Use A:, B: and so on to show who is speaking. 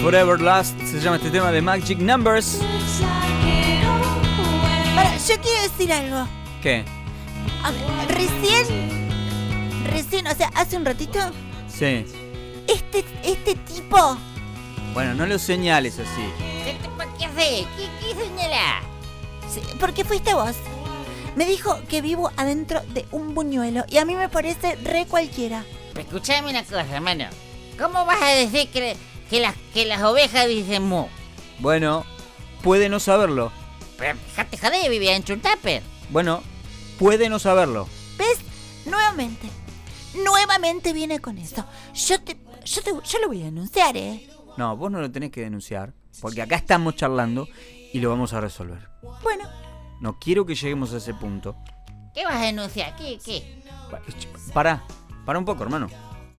A: Forever Last se llama este tema de Magic Numbers.
B: Para, yo quiero decir algo.
A: ¿Qué?
B: A ver, Recién, recién, o sea, hace un ratito,
A: Sí.
B: este, este tipo.
A: Bueno, no lo señales así.
C: ¿Qué te- por ¿Qué hace? ¿Qué, qué señala?
B: Sí, ¿Por qué fuiste vos? Me dijo que vivo adentro de un buñuelo y a mí me parece re cualquiera.
C: Pero Escuchame una cosa, hermano. ¿Cómo vas a decir que, que, las, que las ovejas dicen mu?
A: Bueno, puede no saberlo.
C: Pero fíjate, joder, vivía en Chuntaper.
A: Bueno, puede no saberlo.
B: ¿Ves? Nuevamente. Nuevamente viene con eso. Yo te, yo te, yo lo voy a denunciar, ¿eh?
A: No, vos no lo tenés que denunciar, porque acá estamos charlando y lo vamos a resolver.
B: Bueno,
A: No quiero que lleguemos a ese punto.
C: ¿Qué vas a denunciar? ¿Qué? ¿Qué?
A: Pa- Pará, pará un poco, hermano.